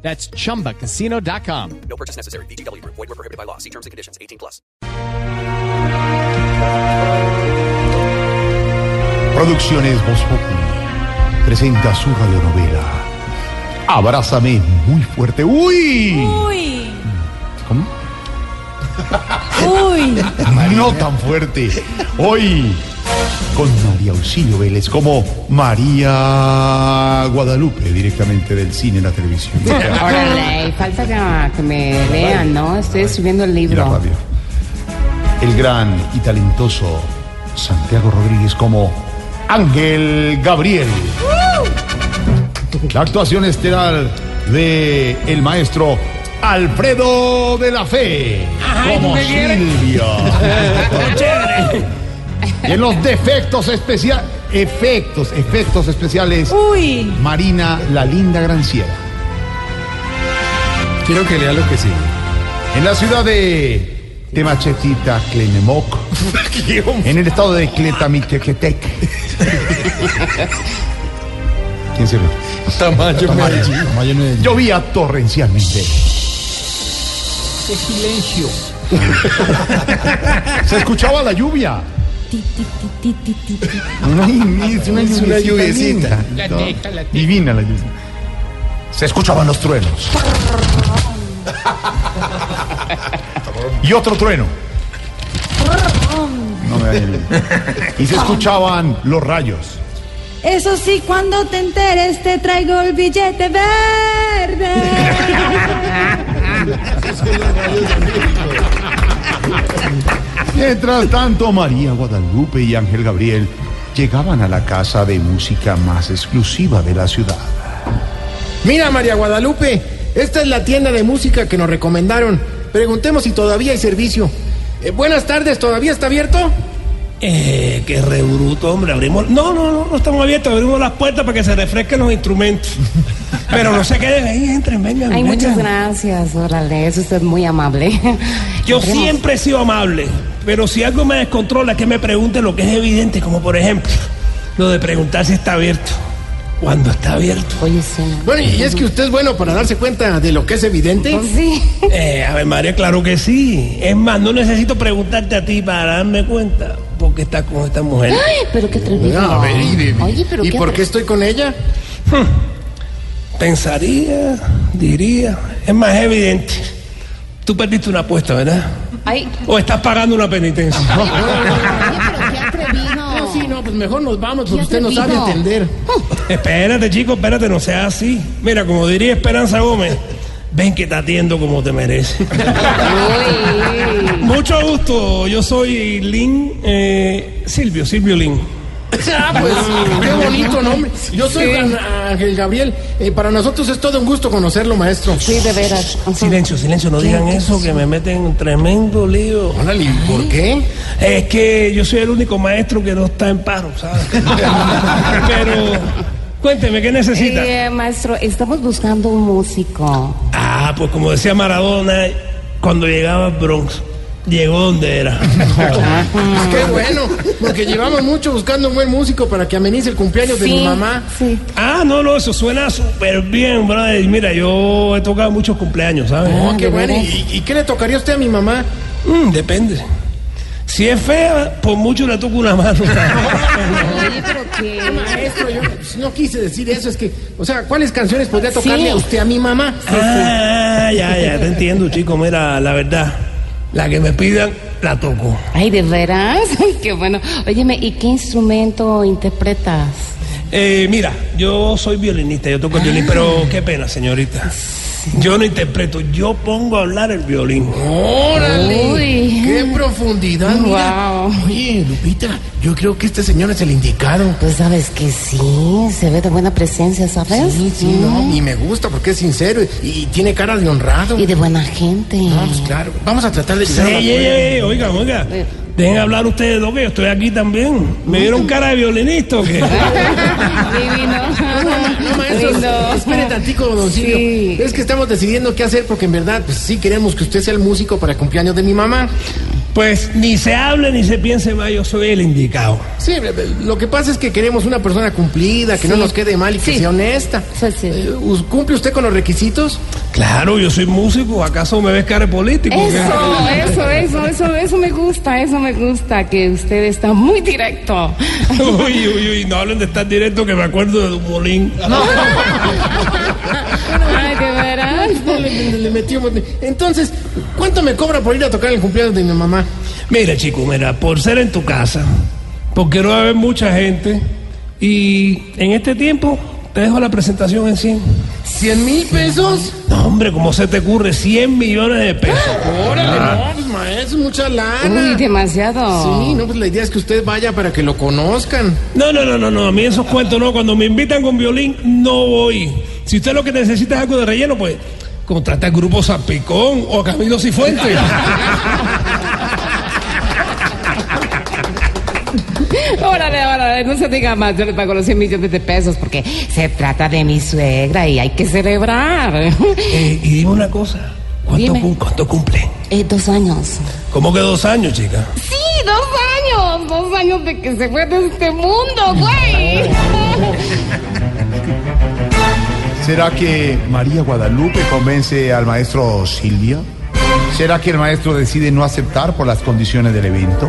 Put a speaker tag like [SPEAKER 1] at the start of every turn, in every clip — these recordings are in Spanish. [SPEAKER 1] That's chumbacasino.com.
[SPEAKER 2] No purchase necessary. BGW. Void were prohibited by law. See terms and conditions. 18 plus.
[SPEAKER 3] Producciones Voz Populi presenta su radionovela. Abrázame muy fuerte. ¡Uy!
[SPEAKER 4] Uy,
[SPEAKER 3] ¿Cómo?
[SPEAKER 4] uy,
[SPEAKER 3] No tan fuerte. Hoy con María Auxilio Vélez como María Guadalupe directamente del cine y la televisión.
[SPEAKER 5] Órale, y falta que, que me lean, ¿no? Estoy subiendo el
[SPEAKER 3] y la
[SPEAKER 5] libro.
[SPEAKER 6] pues.
[SPEAKER 3] radio. El gran y talentoso Santiago Rodríguez como Ángel Gabriel. La actuación estelar de el maestro Alfredo de la Fe como Silvio. Y en los defectos especiales, efectos, efectos especiales,
[SPEAKER 4] uy.
[SPEAKER 3] Marina la linda Granciera.
[SPEAKER 7] Quiero que lea lo que sigue.
[SPEAKER 3] En la ciudad de Temachetita, Clenemoc. en el estado de Cletamiquequetec. ¿Quién se ríe?
[SPEAKER 7] Tamayo, Medellín. Medellín.
[SPEAKER 3] Llovía torrencialmente.
[SPEAKER 7] silencio.
[SPEAKER 3] Se escuchaba la lluvia.
[SPEAKER 4] Ti, ti, ti, ti, ti, ti, ti.
[SPEAKER 3] Ay, es una,
[SPEAKER 7] una lluviecita.
[SPEAKER 3] linda. Divina la lluvia. Se escuchaban los truenos. y otro trueno. No me dañen. Y se escuchaban los rayos.
[SPEAKER 4] Eso sí, cuando te enteres te traigo el billete verde.
[SPEAKER 3] Mientras tanto, María Guadalupe y Ángel Gabriel llegaban a la casa de música más exclusiva de la ciudad.
[SPEAKER 6] Mira, María Guadalupe, esta es la tienda de música que nos recomendaron. Preguntemos si todavía hay servicio. Eh, buenas tardes, ¿todavía está abierto?
[SPEAKER 8] Eh, qué re bruto, hombre. Abrimos. No, no, no, no estamos abiertos. Abrimos las puertas para que se refresquen los instrumentos. Pero no se queden ahí, entren, vengan.
[SPEAKER 5] Ay, muchas
[SPEAKER 8] vengan.
[SPEAKER 5] gracias, órale, es usted muy amable.
[SPEAKER 8] Yo
[SPEAKER 5] Entremos.
[SPEAKER 8] siempre he sido amable, pero si algo me descontrola es que me pregunten lo que es evidente, como por ejemplo, lo de preguntar si está abierto. Cuando está abierto.
[SPEAKER 5] Oye, sí.
[SPEAKER 6] Bueno, y es que usted es bueno para darse cuenta de lo que es evidente.
[SPEAKER 5] Pues sí.
[SPEAKER 8] Eh, a ver, María, claro que sí. Es más, no necesito preguntarte a ti para darme cuenta porque estás con esta mujer.
[SPEAKER 5] Ay, pero qué atrevido.
[SPEAKER 6] A ver, y, de-
[SPEAKER 5] Oye, pero
[SPEAKER 6] ¿y
[SPEAKER 5] qué
[SPEAKER 6] por qué
[SPEAKER 5] atre-
[SPEAKER 6] estoy con ella?
[SPEAKER 8] Hmm. Pensaría, diría. Es más evidente. Tú perdiste una apuesta, ¿verdad?
[SPEAKER 5] Ay,
[SPEAKER 8] ¿O estás pagando una penitencia?
[SPEAKER 5] oye, pero qué
[SPEAKER 6] Ah,
[SPEAKER 5] atrevido.
[SPEAKER 6] sí, no, pues mejor nos vamos,
[SPEAKER 5] Ya
[SPEAKER 6] porque usted
[SPEAKER 5] te
[SPEAKER 6] no sabe
[SPEAKER 5] digo.
[SPEAKER 6] entender.
[SPEAKER 8] espérate, chico, espérate, no seas así. Mira, como diría Esperanza Gómez, ven que te atiendo como te merece.
[SPEAKER 5] Uy.
[SPEAKER 8] Mucho gusto, yo soy Lin, eh, Silvio, Silvio Lin.
[SPEAKER 6] Ah, pues, qué bonito nombre. Yo soy Juan Ángel Gabriel. Eh, para nosotros es todo un gusto conocerlo, maestro.
[SPEAKER 5] Sí, de veras. Ajá.
[SPEAKER 8] Silencio, silencio, no digan eso, que me meten en tremendo lío.
[SPEAKER 6] Órale, ¿y ¿por qué?
[SPEAKER 8] Es que yo soy el único maestro que no está en paro, ¿sabes? Pero, cuénteme, ¿qué necesita?
[SPEAKER 5] Eh, maestro, estamos buscando un músico.
[SPEAKER 8] Ah, pues como decía Maradona, cuando llegaba al Bronx, llegó donde era.
[SPEAKER 6] Qué bueno, porque llevamos mucho buscando un buen músico para que amenice el cumpleaños de mi mamá.
[SPEAKER 5] Sí.
[SPEAKER 8] Ah, no, no, eso suena súper bien, brother. Mira, yo he tocado muchos cumpleaños, ¿sabes?
[SPEAKER 6] Oh, qué
[SPEAKER 5] Ah, ¿de
[SPEAKER 6] bueno.
[SPEAKER 5] veras?
[SPEAKER 6] ¿Y, y qué le tocaría a usted a mi mamá?
[SPEAKER 8] Mm, depende. Si es fea, por mucho le toco una mano.
[SPEAKER 5] Oye, pero qué.
[SPEAKER 6] Maestro, yo pues, no quise decir eso. Es que, o sea, ¿cuáles canciones podría tocarle
[SPEAKER 5] Sí.
[SPEAKER 6] a usted a mi mamá?
[SPEAKER 8] ah, ya, ya, te entiendo, chico. Mira, la verdad, la que me pidan, la toco.
[SPEAKER 5] Ay, de veras. Ay, qué bueno. Óyeme, ¿y qué instrumento interpretas?
[SPEAKER 8] Eh, mira, yo soy violinista, yo toco el violín, pero qué pena, señorita. Yo no interpreto, yo pongo a hablar el
[SPEAKER 5] Oh,
[SPEAKER 8] violín.
[SPEAKER 6] ¡Órale!
[SPEAKER 5] Uy.
[SPEAKER 6] ¡Qué profundidad! mira.
[SPEAKER 5] Wow.
[SPEAKER 6] Oye, Lupita, yo Yo creo que este señor es el indicado.
[SPEAKER 5] Tú Pues sabes que sí, se ve de buena presencia, ¿sabes?
[SPEAKER 6] Sí, sí, no, y me gusta porque es sincero y, y tiene cara de honrado.
[SPEAKER 5] Y de buena gente.
[SPEAKER 6] No, pues claro. Vamos a tratar de
[SPEAKER 8] Ey,
[SPEAKER 6] quitar la
[SPEAKER 8] ey,
[SPEAKER 6] cuerda.
[SPEAKER 8] ey, oiga, oiga. Dejen hablar ustedes dos que yo estoy aquí también. ¿Me dieron cara de violinista o qué?
[SPEAKER 5] Divino.
[SPEAKER 6] No, maestro,
[SPEAKER 5] Lindo.
[SPEAKER 6] espere tantico, don Silvio.
[SPEAKER 5] Sí.
[SPEAKER 6] Es que estamos decidiendo qué hacer porque en verdad, pues sí queremos que usted sea el músico para el cumpleaños de mi mamá.
[SPEAKER 8] Pues ni se hable ni se piense más, yo soy el indicado.
[SPEAKER 6] Sí, lo que pasa es que queremos una persona cumplida, que no
[SPEAKER 5] Sí.
[SPEAKER 6] nos quede mal y que
[SPEAKER 5] Sí.
[SPEAKER 6] sea honesta.
[SPEAKER 5] Sí, sí.
[SPEAKER 6] Eh, ¿us- ¿Cumple usted con los requisitos?
[SPEAKER 8] Claro, yo soy músico, ¿acaso me ves cara de político?
[SPEAKER 5] Eso, eso, eso, eso, eso me gusta, eso me gusta, que usted está muy directo.
[SPEAKER 8] Uy, uy, uy, no hablen de estar directo que me acuerdo de un bolín.
[SPEAKER 5] Ay, de veras.
[SPEAKER 6] Le, le- le metimos- Entonces, ¿cuánto me cobra por ir a tocar el cumpleaños de mi mamá?
[SPEAKER 8] Mira, chico, mira, por ser en tu casa, porque no va a haber mucha gente, y en este tiempo te dejo la presentación en 100.
[SPEAKER 6] ¿Cien mil pesos?
[SPEAKER 8] No, hombre, ¿cómo se te ocurre? 100 millones de pesos.
[SPEAKER 6] Órale, no, pues maestro, mucha lana.
[SPEAKER 5] Uy, demasiado.
[SPEAKER 6] Sí, no, pues la idea es que usted vaya para que lo conozcan.
[SPEAKER 8] No, no, no, no, no, a mí esos cuentos no. Cuando me invitan con violín, no voy. Si usted lo que necesita es algo de relleno, pues contrata al grupo Zapicón o a Camilo Cifuentes.
[SPEAKER 5] Órale, órale, no se diga más, yo le pago los 100 millones de pesos porque se trata de mi suegra y hay que celebrar.
[SPEAKER 8] Eh, y dime una cosa, ¿cuánto,
[SPEAKER 5] Dime.
[SPEAKER 8] cum- ¿cuánto cumple?
[SPEAKER 5] Eh, dos años.
[SPEAKER 8] ¿Cómo que dos años, chica?
[SPEAKER 5] Sí, dos años, dos años de que se fue de este mundo, güey.
[SPEAKER 3] ¿Será que María Guadalupe convence al maestro Silvia? ¿Será que el maestro decide no aceptar por las condiciones del evento?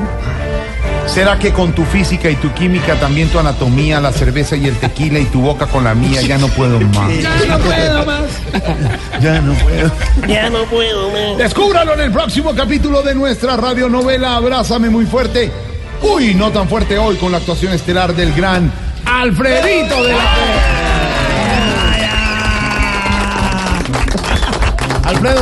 [SPEAKER 3] ¿Será que con tu física y tu química, también tu anatomía, la cerveza y el tequila y tu boca con la mía, ya no puedo más?
[SPEAKER 8] no puedo más.
[SPEAKER 3] Ya no puedo.
[SPEAKER 8] Ya no puedo más.
[SPEAKER 3] Descúbralo en el próximo capítulo de nuestra radionovela Abrázame muy fuerte. Uy, no tan fuerte hoy con la actuación estelar del gran Alfredito de la Alfredo